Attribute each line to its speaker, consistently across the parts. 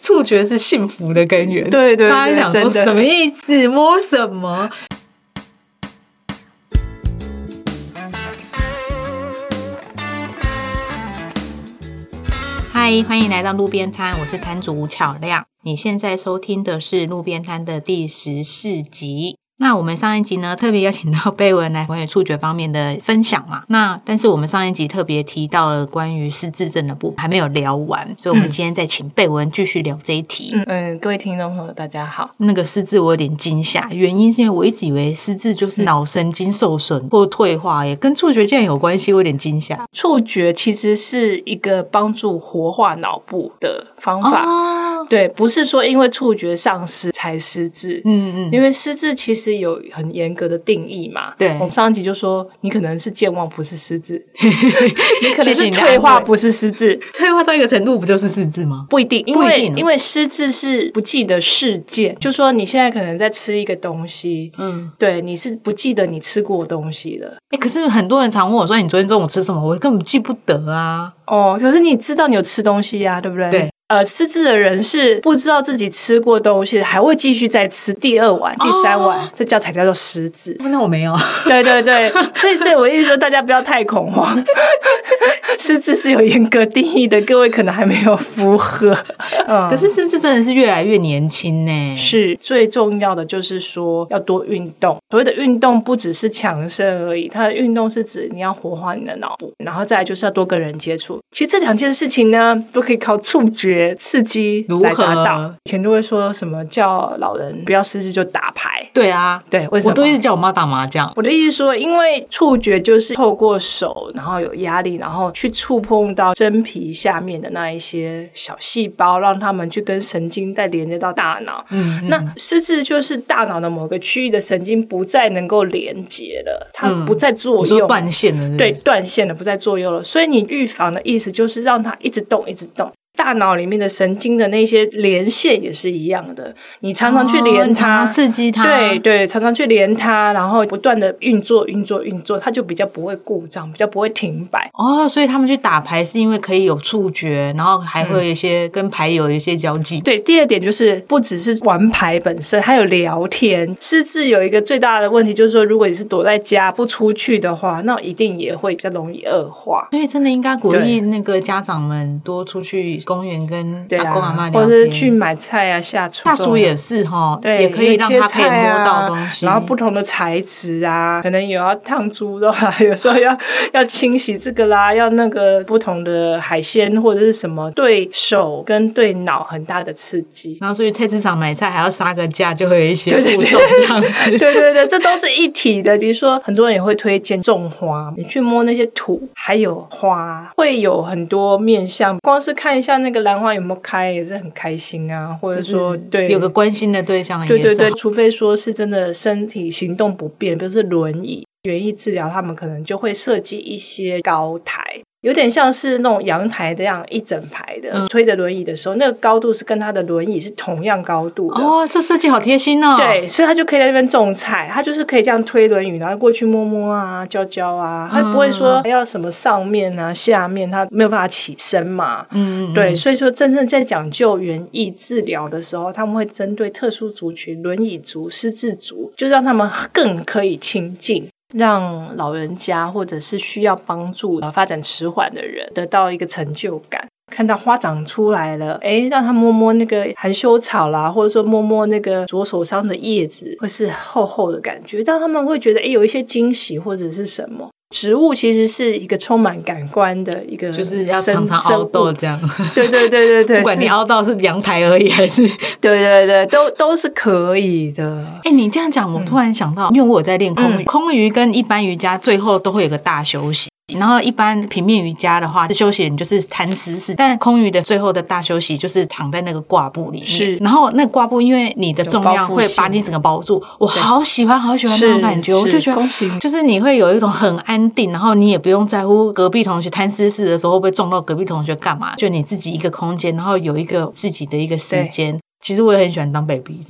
Speaker 1: 触觉是幸福的根源。
Speaker 2: 对对对
Speaker 1: 大家想说
Speaker 2: 真的
Speaker 1: 什么意思？摸什么？嗨，欢迎来到路边摊，我是摊主吴巧亮。你现在收听的是路边摊的第十四集。那我们上一集呢，特别邀请到贝文来关于触觉方面的分享嘛。那但是我们上一集特别提到了关于失智症的部分，还没有聊完，所以我们今天再请贝文继续聊这一题。
Speaker 2: 嗯，各位听众朋友，大家好。
Speaker 1: 那个失智我有点惊吓，原因是因为我一直以为失智
Speaker 2: 嗯
Speaker 1: 就是脑神经受损或退化耶，跟触觉竟然有关系，我有点惊吓。
Speaker 2: 触觉其实是一个帮助活化脑部的方法，
Speaker 1: 哦，
Speaker 2: 对，不是说因为触觉丧失才失智。
Speaker 1: 嗯 嗯，
Speaker 2: 因为失智其实有很严格的定义嘛，
Speaker 1: 对
Speaker 2: 我们上一集就说你可能是健忘，不是失智；你可能
Speaker 1: 谢谢
Speaker 2: 是
Speaker 1: 你的
Speaker 2: 退化，
Speaker 1: 安慰
Speaker 2: 不是失智。
Speaker 1: 退化到一个程度不就是失智吗？
Speaker 2: 不一定，因
Speaker 1: 不一
Speaker 2: 为
Speaker 1: 定哦
Speaker 2: 因为失智是不记得事件，就说你现在可能在吃一个东西，
Speaker 1: 嗯，
Speaker 2: 对，你是不记得你吃过东西的
Speaker 1: 哎、可是很多人常问我说：“你昨天中午吃什么？”我根本记不得啊。
Speaker 2: 哦，可是你知道你有吃东西呀、对不对？
Speaker 1: 对。
Speaker 2: 呃，失智的人是不知道自己吃过东西，还会继续再吃第二碗、第三碗，
Speaker 1: 哦
Speaker 2: 这叫才叫做失智。
Speaker 1: 那我没有，
Speaker 2: 对对对，所以所以我一直说大家不要太恐慌， 失智是有严格定义的，各位可能还没有符合。嗯，
Speaker 1: 可是甚至真的是越来越年轻呢。
Speaker 2: 是最重要的，就是说要多运动。所谓的运动不只是强身而已，它的运动是指你要活化你的脑部，然后再来就是要多跟人接触。其实这两件事情呢，都可以靠触觉刺激
Speaker 1: 如
Speaker 2: 来达到
Speaker 1: 何。
Speaker 2: 以前都会说什么叫老人不要失智就打牌，
Speaker 1: 对啊，
Speaker 2: 对，为什
Speaker 1: 我
Speaker 2: 么？
Speaker 1: 都一直叫我妈打麻将。
Speaker 2: 我的意思说，因为触觉就是透过手，然后有压力，然后去触碰到真皮下面的那一些小细胞，让它们去跟神经再连接到大脑。嗯，那失智就是大脑的某个区域的神经不再能够连接了，它不再
Speaker 1: 我
Speaker 2: 作
Speaker 1: 嗯说
Speaker 2: 用。
Speaker 1: 断嗯线了是不是
Speaker 2: 哎对，断线了，不再作用了。所以你预防的意思就是让它一直动，一直动。大脑里面的神经的那些连线也是一样的，你常常去
Speaker 1: 哦
Speaker 2: 连
Speaker 1: 你
Speaker 2: 它，
Speaker 1: 常常刺激它。
Speaker 2: 对，对，常常去连它，然后不断的运作、运作、运作，它就比较不会故障，比较不会停摆。
Speaker 1: 哦，所以他们去打牌是因为可以有触觉，然后还会有一些、跟牌友有一些交际。
Speaker 2: 嗯对，第二点就是不只是玩牌本身，还有聊天。失智有一个最大的问题就是说，如果你是躲在家不出去的话，那一定也会比较容易恶化。
Speaker 1: 所以真的应该鼓励
Speaker 2: 对
Speaker 1: 那个家长们多出去公园跟
Speaker 2: 对
Speaker 1: 阿公阿妈
Speaker 2: 啊，
Speaker 1: 聊
Speaker 2: 或
Speaker 1: 天，
Speaker 2: 者是去买菜啊、下厨、
Speaker 1: 大
Speaker 2: 啊。
Speaker 1: 叔也是哈，
Speaker 2: 对，
Speaker 1: 也可以让他可以摸到东西，
Speaker 2: 有切菜啊然后不同的材质啊，可能有要烫猪肉啊，有时候要要清洗这个啦，要那个不同的海鲜或者是什么，对手跟对脑很大的刺激。
Speaker 1: 然后所以菜市场买菜还要杀个价，就会有一些
Speaker 2: 对对
Speaker 1: 互动
Speaker 2: 对
Speaker 1: 这样子。
Speaker 2: 对对对，这都是一体的。比如说，很多人也会推荐种花，你去摸那些土，还有花，会有很多面相。光是看一下那个兰花有没有开，也是很开心啊。或者说，对，
Speaker 1: 有个关心的对象也
Speaker 2: 对对
Speaker 1: 是
Speaker 2: 对，
Speaker 1: 好
Speaker 2: 除非说是真的身体行动不便，比如是轮椅、园艺治疗，他们可能就会设计一些高台。有点像是那种阳台这样一整排的，推着轮椅的时候，那个高度是跟他的轮椅是同样高度的，
Speaker 1: 哦，这设计好贴心哦。
Speaker 2: 对，所以他就可以在那边种菜，他就是可以这样推轮椅，然后过去摸摸啊、浇浇啊，他不会说要什么上面啊、下面，他没有办法起身嘛。
Speaker 1: 嗯，嗯，嗯
Speaker 2: 对，所以说真正在讲究园艺治疗的时候，他们会针对特殊族群、轮椅族、失智族，就让他们更可以亲近。让老人家或者是需要帮助、呃发展迟缓的人得到一个成就感，看到花长出来了，诶，让他摸摸那个含羞草啦，或者说摸摸那个左手上的叶子，会是厚厚的感觉，让他们会觉得诶有一些惊喜或者是什么。植物其实是一个充满感官的一个
Speaker 1: 就
Speaker 2: 生，
Speaker 1: 是要常常
Speaker 2: 生
Speaker 1: 凹
Speaker 2: 物
Speaker 1: 痘这样，
Speaker 2: 对对对对对，
Speaker 1: 不管你
Speaker 2: 是
Speaker 1: 凹到是阳台而已还是……
Speaker 2: 对对对，都都是可以的。
Speaker 1: 哎，你这样讲，我突然想到，因为我有在练空余，
Speaker 2: 嗯
Speaker 1: 空余跟一般瑜伽最后都会有个大休息。然后一般平面瑜伽的话，休息你就是弹死死，但空余的最后的大休息就是躺在那个挂布里面。
Speaker 2: 是
Speaker 1: 然后那挂布因为你的重量
Speaker 2: 有包覆
Speaker 1: 会
Speaker 2: 性
Speaker 1: 把你整个包住，我好喜欢好喜欢那种
Speaker 2: 是
Speaker 1: 感觉，我
Speaker 2: 是
Speaker 1: 就觉得
Speaker 2: 恭喜你
Speaker 1: 就是你会有一种很安定，然后你也不用在乎隔壁同学贪私事的时候会不会撞到隔壁同学干嘛，就你自己一个空间，然后有一个自己的一个时间。其其实我也很喜欢当 baby，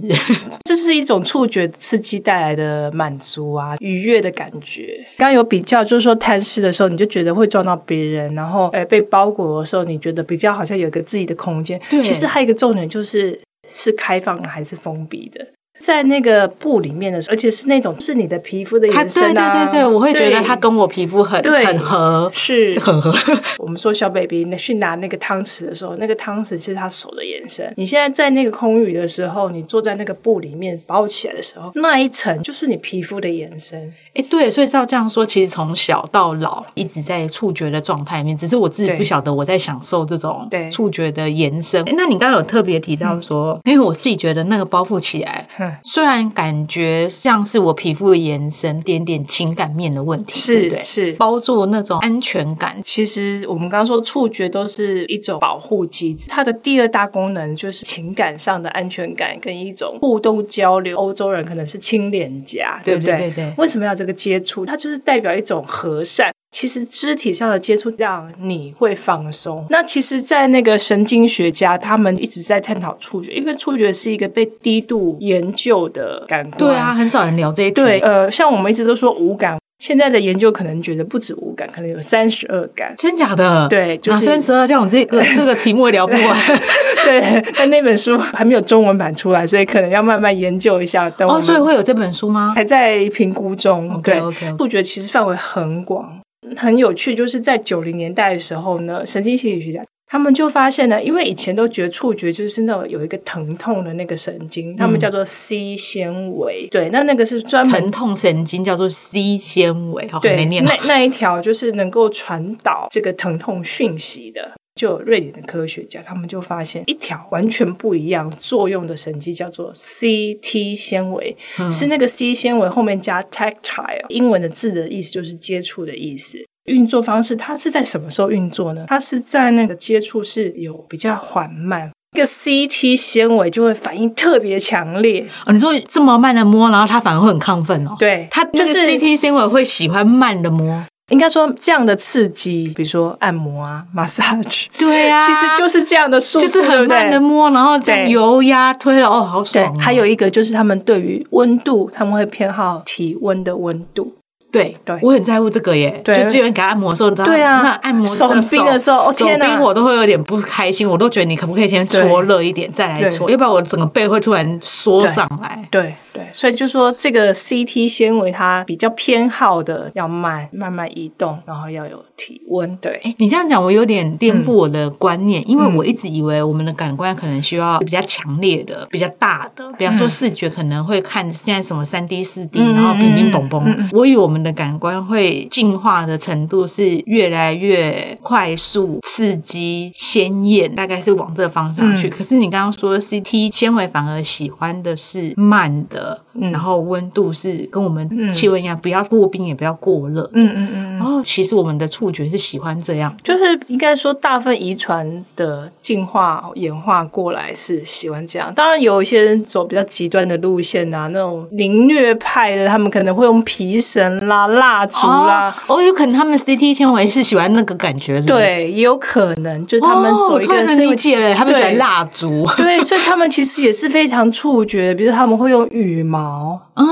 Speaker 2: 这是一种触觉刺激带来的满足啊，愉悦的感觉。刚刚有比较，就是说探视的时候，你就觉得会撞到别人，然后呃诶被包裹的时候，你觉得比较好像有一个自己的空间。
Speaker 1: 对
Speaker 2: 其实还有一个重点就是是开放的还是封闭的。在那个布里面的时候，而且是那种是你的皮肤的
Speaker 1: 它
Speaker 2: 颜色、
Speaker 1: 对对
Speaker 2: 啊、
Speaker 1: 对对，我会觉得
Speaker 2: 对
Speaker 1: 它跟我皮肤很
Speaker 2: 对
Speaker 1: 很合，
Speaker 2: 是
Speaker 1: 很合。
Speaker 2: 我们说小 baby 那去拿那个汤匙的时候，那个汤匙是他手的延伸。你现在在那个空余的时候，你坐在那个布里面包起来的时候，那一层就是你皮肤的延 伸。
Speaker 1: 哎，对，所以照这样说，其实从小到老一直在触觉的状态里面，只是我自己
Speaker 2: 对
Speaker 1: 不晓得我在享受这种
Speaker 2: 对
Speaker 1: 触觉的延伸。诶那你刚刚有特别提到说，因为我自己觉得那个包覆起来
Speaker 2: 嗯，
Speaker 1: 虽然感觉像是我皮肤的延伸，点点情感面的问题，
Speaker 2: 是
Speaker 1: 对不对？
Speaker 2: 是
Speaker 1: 包住那种安全感。
Speaker 2: 其实我们刚刚说触觉都是一种保护机制，它的第二大功能就是情感上的安全感跟一种互动交流。欧洲人可能是亲脸颊，
Speaker 1: 对
Speaker 2: 不对？
Speaker 1: 对对对
Speaker 2: 为什么要这个接触？它就是代表一种和善。其实肢体上的接触让你会放松。那其实，在那个神经学家他们一直在探讨触觉，因为触觉是一个被低度研究的感官。
Speaker 1: 对啊，很少人聊这一题。
Speaker 2: 对，呃，像我们一直都说五感，现在的研究可能觉得不止五感，可能有三十二感。
Speaker 1: 真假的？
Speaker 2: 对就是
Speaker 1: 啊三十二，这样我这个这个题目也聊不完。
Speaker 2: 对，但那本书还没有中文版出来，所以可能要慢慢研究一下。等我
Speaker 1: 哦，
Speaker 2: 们
Speaker 1: 所以会有这本书吗？
Speaker 2: 还在评估中。对
Speaker 1: OK，OK，OK
Speaker 2: 触觉其实范围很广，很有趣。就是在九零年代的时候呢，神经心理学家。他们就发现呢，因为以前都觉得触觉就是那种有一个疼痛的那个神经，
Speaker 1: 嗯
Speaker 2: 他们叫做 C 纤维。对，那那个是专门
Speaker 1: 疼痛神经叫做 C 纤维，好
Speaker 2: 对
Speaker 1: 难念哦
Speaker 2: 那那一条就是能够传导这个疼痛讯息的。就有瑞典的科学家，他们就发现一条完全不一样作用的神经，叫做 CT 纤维，
Speaker 1: 嗯
Speaker 2: 是那个 C 纤维后面加 tactile，英文的字的意思就是接触的意思。运作方式，它是在什么时候运作呢？它是在那个接触是有比较缓慢，一个 CT 纤维就会反应特别强烈，
Speaker 1: 哦，你说这么慢的摸，然后他反而会很亢奋哦。，
Speaker 2: 对，
Speaker 1: 他
Speaker 2: 就
Speaker 1: 就是是 CT 纤维会喜欢慢的摸。
Speaker 2: 应该说这样的刺激，比如说按摩啊、massage，
Speaker 1: 对啊
Speaker 2: 其实就是这样的速度，
Speaker 1: 就是很慢的
Speaker 2: 对不对啊
Speaker 1: 摸，然后这样
Speaker 2: 对
Speaker 1: 油压推了，哦，好爽、
Speaker 2: 对
Speaker 1: 哦。，
Speaker 2: 还有一个就是他们对于温度，他们会偏好体温的温度。
Speaker 1: 对
Speaker 2: 对
Speaker 1: 我很在乎这个耶。
Speaker 2: 对
Speaker 1: 就是有人给他按摩的时候，你知道吗
Speaker 2: 对啊
Speaker 1: 那按摩
Speaker 2: 手很冰的时候哦
Speaker 1: 手
Speaker 2: 天哪
Speaker 1: 冰我都会有点不开心，我都觉得你可不可以先搓热一点再来
Speaker 2: 对
Speaker 1: 搓，要不然我整个背会突然缩上来。
Speaker 2: 对对，所以就说这个 CT 纤维它比较偏好的要慢慢慢移动，然后要有体温。对，
Speaker 1: 你这样讲，我有点颠覆我的观念，因为我一直以为我们的感官可能需要比较强烈的、比较大的，比方说视觉可能会看现在什么三 D、四 D，、然后乒乒乓乓。我以为我们的感官会进化的程度是越来越快速、刺激、鲜艳，大概是往这个方向去。可是你刚刚说 CT 纤维反而喜欢的是慢的，然后温度是跟我们气温一样，不要过冰也不要过热。
Speaker 2: 嗯嗯嗯，
Speaker 1: 然后其实我们的触觉是喜欢这样。
Speaker 2: 就是应该说大部分遗传的进化演化过来是喜欢这样。当然有一些人走比较极端的路线啊，那种凌虐派的，他们可能会用皮绳啦、蜡烛啦。
Speaker 1: 哦，哦，有可能他们 CT 纤维是喜欢那个感觉，是不是，
Speaker 2: 对，也有可能，就是
Speaker 1: 哦
Speaker 2: 他们走
Speaker 1: 我
Speaker 2: 一
Speaker 1: 突
Speaker 2: 个
Speaker 1: 然能
Speaker 2: 是
Speaker 1: 理解了，他们喜欢。蜡烛
Speaker 2: 对对，所以他们其实也是非常触觉的，比如说他们会用羽毛，
Speaker 1: 哦，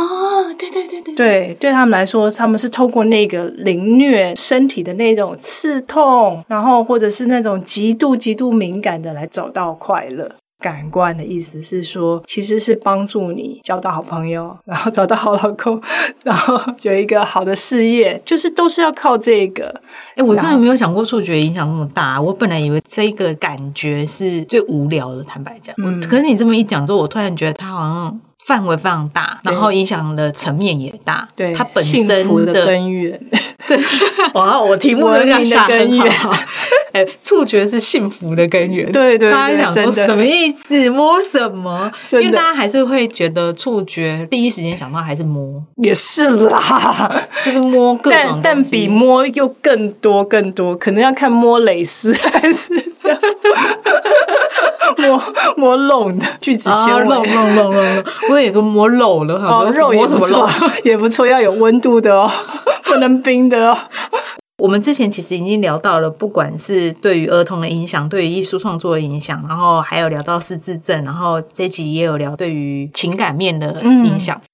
Speaker 1: 对对对对，
Speaker 2: 对，对他们来说，他们是透过那个凌虐身体的那种刺痛，然后或者是那种极度极度敏感的来找到快乐。感官的意思是说，其实是帮助你交到好朋友，然后找到好老公，然后有一个好的事业，就是都是要靠这个。
Speaker 1: 哎，我真的没有想过触觉影响那么大，我本来以为这个感觉是最无聊的，坦白讲，
Speaker 2: 嗯
Speaker 1: 我可是你这么一讲之后，我突然觉得它好像。范围非常大，然后影响的层面也大。
Speaker 2: 对，
Speaker 1: 它本
Speaker 2: 幸
Speaker 1: 身
Speaker 2: 福的根源。
Speaker 1: 对，哇，我题目
Speaker 2: 文
Speaker 1: 都这样
Speaker 2: 明的
Speaker 1: 下
Speaker 2: 根
Speaker 1: 很
Speaker 2: 源
Speaker 1: 好。 哎，触觉是幸福的根源。
Speaker 2: 对对
Speaker 1: 大
Speaker 2: 对
Speaker 1: 家想说
Speaker 2: 真的
Speaker 1: 什么意思？摸什么？因
Speaker 2: 真的
Speaker 1: 为大家还是会觉得触觉第一时间想到还是摸，
Speaker 2: 也是啦，
Speaker 1: 就是摸各种东
Speaker 2: 但
Speaker 1: 西
Speaker 2: 但比摸又更多更多，可能要看摸蕾丝还是 摸摸弄的聚酯
Speaker 1: 啊，
Speaker 2: 纤维。
Speaker 1: 漏漏漏漏漏，我也说摸漏了，
Speaker 2: 哦，
Speaker 1: 想说
Speaker 2: 肉也
Speaker 1: 摸什
Speaker 2: 不
Speaker 1: 么
Speaker 2: 错
Speaker 1: 漏？，
Speaker 2: 也不错，要有温度的哦，不能冰的哦。
Speaker 1: 我们之前其实已经聊到了，不管是对于儿童的影响，对于艺术创作的影响，然后还有聊到失智症，然后这集也有聊对于情感面的影响。
Speaker 2: 嗯嗯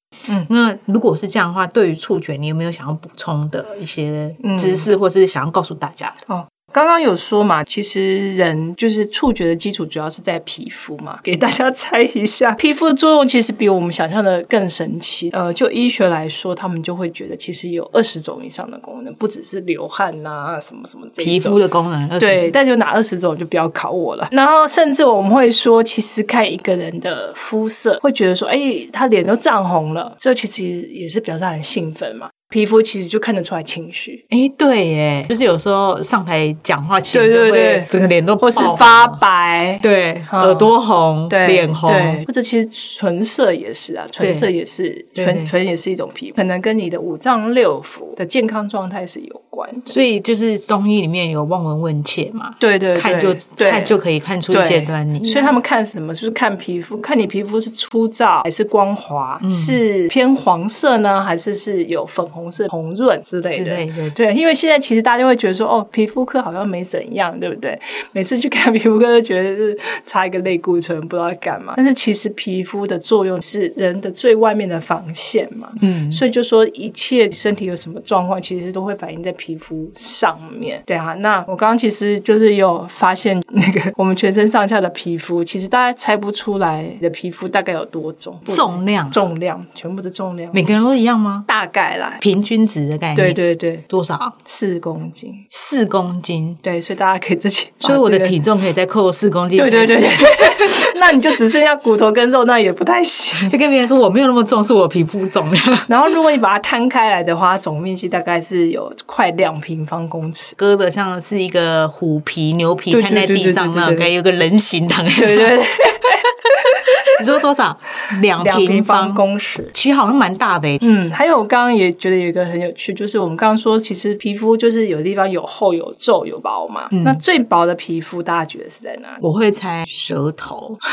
Speaker 1: 那如果是这样的话，对于触觉，你有没有想要补充的一些
Speaker 2: 嗯
Speaker 1: 知识，或是想要告诉大家的？
Speaker 2: 刚刚有说嘛，其实人就是触觉的基础主要是在皮肤嘛，给大家猜一 下，皮肤的作用其实比我们想象的更神奇。呃，就医学来说，他们就会觉得其实有二十种以上的功能，不只是流汗呐、什么什么这一
Speaker 1: 皮
Speaker 2: 种
Speaker 1: 肤的功能，
Speaker 2: 对，，但就哪二十种就不要考我了。然后甚至我们会说，其实看一个人的肤色，会觉得说，哎、他脸都涨红了，这其实也是表示他很兴奋嘛。皮肤其实就看得出来情绪，
Speaker 1: 哎，对，耶，就是有时候上台讲话前，
Speaker 2: 对对对
Speaker 1: 整个脸都
Speaker 2: 或是
Speaker 1: 爆红
Speaker 2: 发白。
Speaker 1: 对，
Speaker 2: 嗯
Speaker 1: 耳朵红，
Speaker 2: 对，
Speaker 1: 脸红，
Speaker 2: 对或者其实唇色也是啊，唇色也是，
Speaker 1: 对对
Speaker 2: 唇唇也是一种皮肤，可能跟你的五脏六腑的健康状态是有关的。
Speaker 1: 所以就是中医里面有望闻问切嘛，
Speaker 2: 对对对，
Speaker 1: 看就
Speaker 2: 对
Speaker 1: 看就可以看出一
Speaker 2: 对
Speaker 1: 些端倪。
Speaker 2: 所以他们看什么？就是看皮肤，看你皮肤是粗糙还是光滑，
Speaker 1: 嗯
Speaker 2: 是偏黄色呢，还是是有粉红色、红润之类
Speaker 1: 之
Speaker 2: 的。
Speaker 1: 类的
Speaker 2: 对，因为现在其实大家会觉得说，哦，皮肤科好像没怎样，对不对？每次去看皮 肤科都觉得是擦一个类固醇，不知道干嘛。但是其实皮肤的作用是人的最外面的防线嘛，
Speaker 1: 嗯，
Speaker 2: 所以就说一切身体有什么状况，其实都会反映在皮肤上面。对啊，那我刚刚其实就是有发现那个我们全身上下的皮肤，其实大家猜不出来你的皮肤大概有多重，不
Speaker 1: 重量，
Speaker 2: 重量全部的重量
Speaker 1: 每个人都一样吗？
Speaker 2: 大概啦，
Speaker 1: 平均值的概念，
Speaker 2: 对对对，
Speaker 1: 多少？
Speaker 2: 四公斤。
Speaker 1: 四公斤，
Speaker 2: 对，所以大家可以自己把这
Speaker 1: 所
Speaker 2: 个。
Speaker 1: 以我的体重可以再扣四公斤。
Speaker 2: 啊对对对，对， 那你就只剩下骨头跟肉，那也不太行。
Speaker 1: 就跟别人说我没有那么重，是我皮肤重 量。
Speaker 2: 然后，如果你把它摊开来的话，总面积大概是有快两平方公尺。
Speaker 1: 割的像是一个虎皮、牛皮
Speaker 2: 对对
Speaker 1: 摊在地上那
Speaker 2: 对对对对
Speaker 1: 种，
Speaker 2: 对
Speaker 1: 可以有个人形躺在那。
Speaker 2: 对对对，
Speaker 1: 你说多少？两
Speaker 2: 两
Speaker 1: 平
Speaker 2: 平方
Speaker 1: 方，
Speaker 2: 公尺。
Speaker 1: 其实好像蛮大的诶。欸
Speaker 2: 嗯，还有我刚刚也觉得有一个很有趣，就是我们刚刚说，其实皮肤就是有地方有厚、有皱、有薄嘛。
Speaker 1: 嗯
Speaker 2: 那最薄的皮肤，大家觉得是在哪里？
Speaker 1: 我会猜舌头、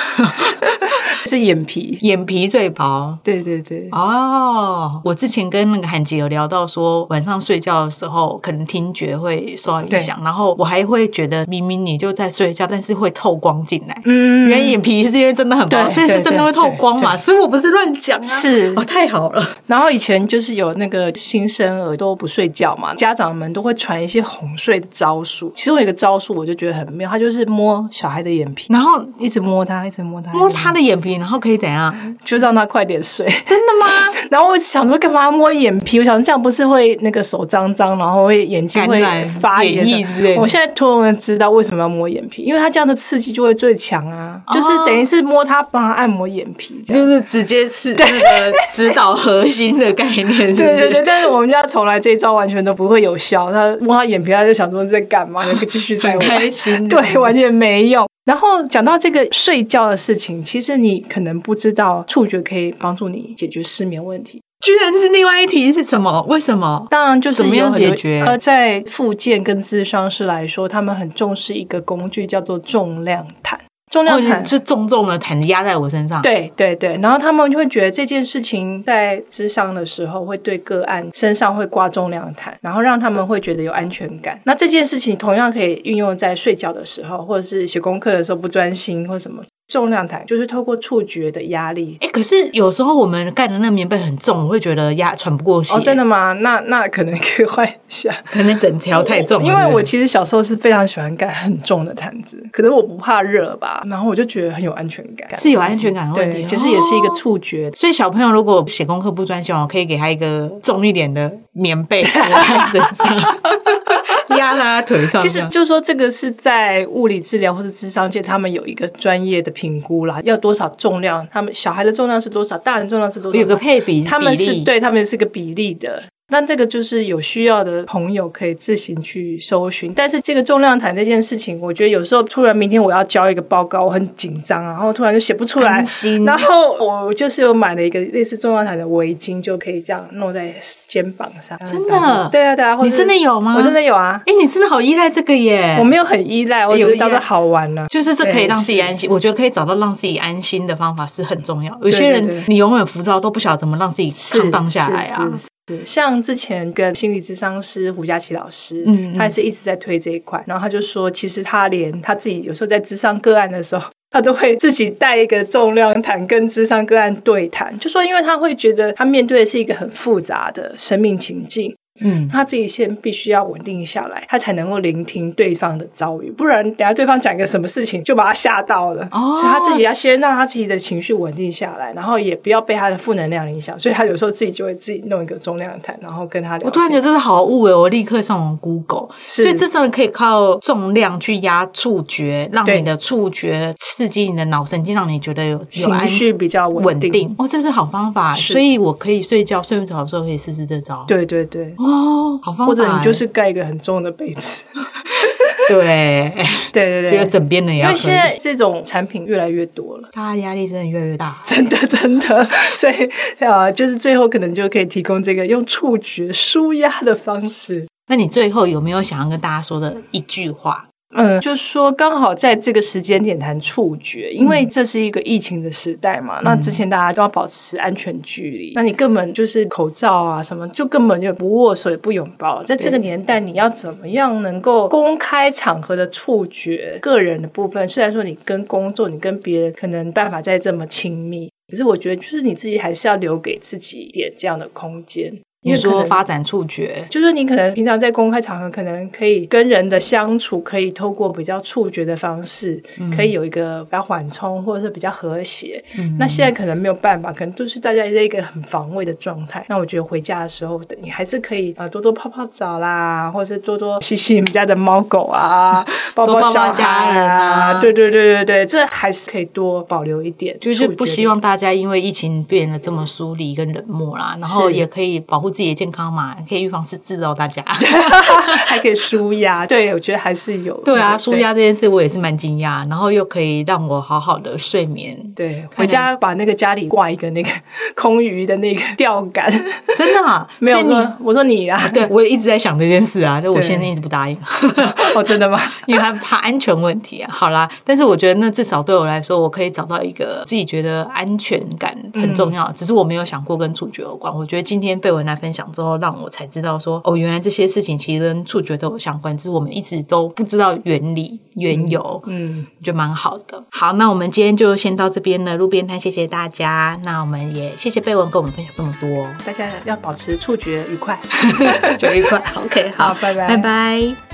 Speaker 2: 是眼皮。
Speaker 1: 眼皮最薄，
Speaker 2: 对对对，
Speaker 1: 啊哦，我之前跟那个韩杰有聊到说，晚上睡觉的时候可能听觉会受到影响，然后我还会觉得明明你就在睡觉，但是会透光进来。
Speaker 2: 嗯
Speaker 1: 原来眼皮是因为真的很薄，
Speaker 2: 对
Speaker 1: 所以是真的会透光嘛，所以我不是乱讲啊。
Speaker 2: 是
Speaker 1: 哦，太好了，
Speaker 2: 然后以前就是有那个新生儿都不睡觉嘛，家长们都会传一些哄睡的招数。其中有一个招数我就觉得很妙，他就是摸小孩的眼皮，
Speaker 1: 然后
Speaker 2: 一直摸他，一直摸他，
Speaker 1: 摸他的眼皮，然后可以怎样？
Speaker 2: 就让他快点睡。
Speaker 1: 真的吗？
Speaker 2: 然后我想说，干嘛摸眼皮？我想这样不是会那个手脏脏，然后会眼睛
Speaker 1: 感
Speaker 2: 会
Speaker 1: 染
Speaker 2: 发炎
Speaker 1: 眼翳之类
Speaker 2: 的。
Speaker 1: 的
Speaker 2: 我现在突然知道为什么要摸眼皮，因为它这样的刺激就会最强啊，就是
Speaker 1: 哦
Speaker 2: 等于是摸它，帮它按摩眼皮这 样。
Speaker 1: 就是直接是那个指导核心的概念，
Speaker 2: 对对对，但是我们家从来这一招完全都不会有效。他摸他眼皮，他就想说是在干 嘛，就继续在
Speaker 1: 很
Speaker 2: 玩。
Speaker 1: 开心的。
Speaker 2: 对，完全没用。然后讲到这个睡觉的事情，其实你可能不知道，触觉可以帮助你解决失眠问题。
Speaker 1: 居然是另外一题是什么？为什么？
Speaker 2: 当然，就是
Speaker 1: 怎么样
Speaker 2: 有很多
Speaker 1: 解决
Speaker 2: 呃，在复健跟咨商师来说，他们很重视一个工具，叫做重量毯。重量
Speaker 1: 哦，
Speaker 2: 毯
Speaker 1: 你就重重的弹压在我身上。
Speaker 2: 对对对，然后他们就会觉得这件事情在智商的时候，会对个案身上会挂重量毯，然后让他们会觉得有安全感。那这件事情同样可以运用在睡觉的时候，或者是写功课的时候不专心或什么。重量毯就是透过触觉的压力。
Speaker 1: 哎、可是有时候我们盖的那个棉被很重，我会觉得压喘不过气、
Speaker 2: 哦，真
Speaker 1: 的，
Speaker 2: 的吗？那那可能可以换一下。
Speaker 1: 可能整条太重了。
Speaker 2: 因为
Speaker 1: 对不
Speaker 2: 我
Speaker 1: 对
Speaker 2: 其实小时候是非常喜欢盖很重的毯子，可能我不怕热吧，然后我就觉得很有安全感。
Speaker 1: 是有安全感的问
Speaker 2: 对，
Speaker 1: 题，
Speaker 2: 其实也是一个
Speaker 1: 哦
Speaker 2: 触觉
Speaker 1: 所以小朋友如果写功课不专心，我哦可以给他一个重一点的棉 被裹在身上，压在他腿 上。
Speaker 2: 其实就是说，这个是在物理治疗或者智商界，他们有一个专业的评估啦，要多少重量，他们小孩的重量是多少，大人重量是多
Speaker 1: 有个
Speaker 2: 少，
Speaker 1: 配比，
Speaker 2: 他们
Speaker 1: 比
Speaker 2: 是
Speaker 1: 例
Speaker 2: 对他们是个比例的。那这个就是有需要的朋友可以自行去搜寻，但是这个重量毯这件事情，我觉得有时候突然明天我要交一个报告，我很紧张，然后突然就写不出来
Speaker 1: 安，心
Speaker 2: 然后我就是有买了一个类似重量毯的围巾，就可以这样弄在肩膀上。
Speaker 1: 真的
Speaker 2: 对啊，对啊，或者
Speaker 1: 你真的有吗
Speaker 2: 我真的有啊。
Speaker 1: 哎、你真的好依赖这个耶！
Speaker 2: 我没有很依赖，我只
Speaker 1: 有
Speaker 2: 是
Speaker 1: 依
Speaker 2: 当
Speaker 1: 赖
Speaker 2: 做好玩啦、
Speaker 1: 就是这可以
Speaker 2: 对
Speaker 1: 让自己
Speaker 2: 是
Speaker 1: 安心，我觉得可以找到让自己安心的方法是很重要。有
Speaker 2: 对
Speaker 1: 些
Speaker 2: 对
Speaker 1: 人
Speaker 2: 对
Speaker 1: 你永远浮躁，都不晓得怎么让自己
Speaker 2: 是
Speaker 1: 抗荡下来啊。
Speaker 2: 是是是像之前跟心理咨商师胡佳琪老师，
Speaker 1: 嗯嗯
Speaker 2: 他也是一直在推这一块，然后他就说，其实他连他自己有时候在咨商个案的时候。他都会自己带一个重量谈跟智商个案对谈，就说因为他会觉得他面对的是一个很复杂的生命情境，
Speaker 1: 嗯，
Speaker 2: 他自己先必须要稳定下来，他才能够聆听对方的遭遇，不然等下对方讲一个什么事情就把他吓到了。
Speaker 1: 哦
Speaker 2: 所以他自己要先让他自己的情绪稳定下来，然后也不要被他的负能量影响。所以他有时候自己就会自己弄一个重量毯，然后跟他聊天。
Speaker 1: 我突然觉得这是好物欸诶，我立刻上网 Google，
Speaker 2: 是
Speaker 1: 所以这真的可以靠重量去压触觉，让
Speaker 2: 对
Speaker 1: 你的触觉刺激你的脑神经，让你觉得有有
Speaker 2: 情
Speaker 1: 安
Speaker 2: 绪比较稳
Speaker 1: 稳定。哦，这是好方法，
Speaker 2: 是
Speaker 1: 所以我可以睡觉睡不着的时候可以试试这招。
Speaker 2: 对对对，
Speaker 1: 哦，好方法，
Speaker 2: 或者你就是盖一个很重的被子。
Speaker 1: 欸对， 哦
Speaker 2: 对对
Speaker 1: 这个
Speaker 2: 对，
Speaker 1: 枕边的也
Speaker 2: 因
Speaker 1: 要
Speaker 2: 为
Speaker 1: 可
Speaker 2: 现
Speaker 1: 以。
Speaker 2: 在这种产品越来越多了。
Speaker 1: 大家压力真的越来越大。
Speaker 2: 真的真的，所以啊，就是最后可能就可以提供这个用触觉舒压的方式。
Speaker 1: 那你最后有没有想要跟大家说的一句话？
Speaker 2: 嗯，就是说刚好在这个时间点谈触觉，因为这是一个疫情的时代嘛，那之前大家都要保持安全距离，那你根本就是口罩啊什么，就根本就不握手也不拥抱。在这个年代，你要怎么样能够公开场合的触觉，个人的部分，虽然说你跟工作，你跟别人可能办法再这么亲密。可是我觉得，就是你自己还是要留给自己一点这样的空间。因
Speaker 1: 你
Speaker 2: 为可
Speaker 1: 说
Speaker 2: 能
Speaker 1: 发展触觉，
Speaker 2: 就是你可能平常在公开场合，可能可以跟人的相处，可以透过比较触觉的方式，
Speaker 1: 嗯
Speaker 2: 可以有一个比较缓冲，或者是比较和谐。
Speaker 1: 嗯
Speaker 2: 那现在可能没有办法，可能就是大家在一个很防卫的状态。那我觉得回家的时候，你还是可以呃多多泡泡澡啦，或者是多多吸吸你们家的猫狗啊，抱
Speaker 1: 多抱抱
Speaker 2: 小孩
Speaker 1: 家人啊
Speaker 2: 对对对对对，这还是可以多保留一点触
Speaker 1: 就
Speaker 2: 觉的，
Speaker 1: 是不希望大家因为疫情变得这么疏离跟冷漠啦，然后
Speaker 2: 是
Speaker 1: 也可以保护自己的健康嘛，可以预防失智哦，大家。
Speaker 2: 还可以舒压。对，我觉得还是有
Speaker 1: 对啊，舒
Speaker 2: 舒
Speaker 1: 压这件事我也是蛮惊讶，然后又可以让我好好的睡眠，
Speaker 2: 对，
Speaker 1: 看
Speaker 2: 回家把那个家里挂一个那 个空余的那个钓 竿，
Speaker 1: 真的、啊、
Speaker 2: 没
Speaker 1: 所
Speaker 2: 有
Speaker 1: 以你。
Speaker 2: 说我说你啊，
Speaker 1: 对，我也一直在想这件事啊，但我
Speaker 2: 对
Speaker 1: 先生一直不答应，
Speaker 2: 哦，真的吗？
Speaker 1: 因为他怕安全问题啊。好啦，但是我觉得那至少对我来说，我可以找到一个自己觉得安全感
Speaker 2: 嗯
Speaker 1: 很重要。只是我没有想过跟触觉有关。我觉得今天被文来分享之后，让我才知道说，哦，原来这些事情其实跟触觉都有相关，只是我们一直都不知道原理缘由。
Speaker 2: 嗯，
Speaker 1: 我觉得蛮好的。好，那我们今天就先到这边了。路边摊，谢谢大家。那我们也谢谢贝文跟我们分享这么 多，
Speaker 2: 大家要保持触觉愉快。
Speaker 1: 祝你愉快。OK，好，
Speaker 2: 好拜拜
Speaker 1: 拜拜。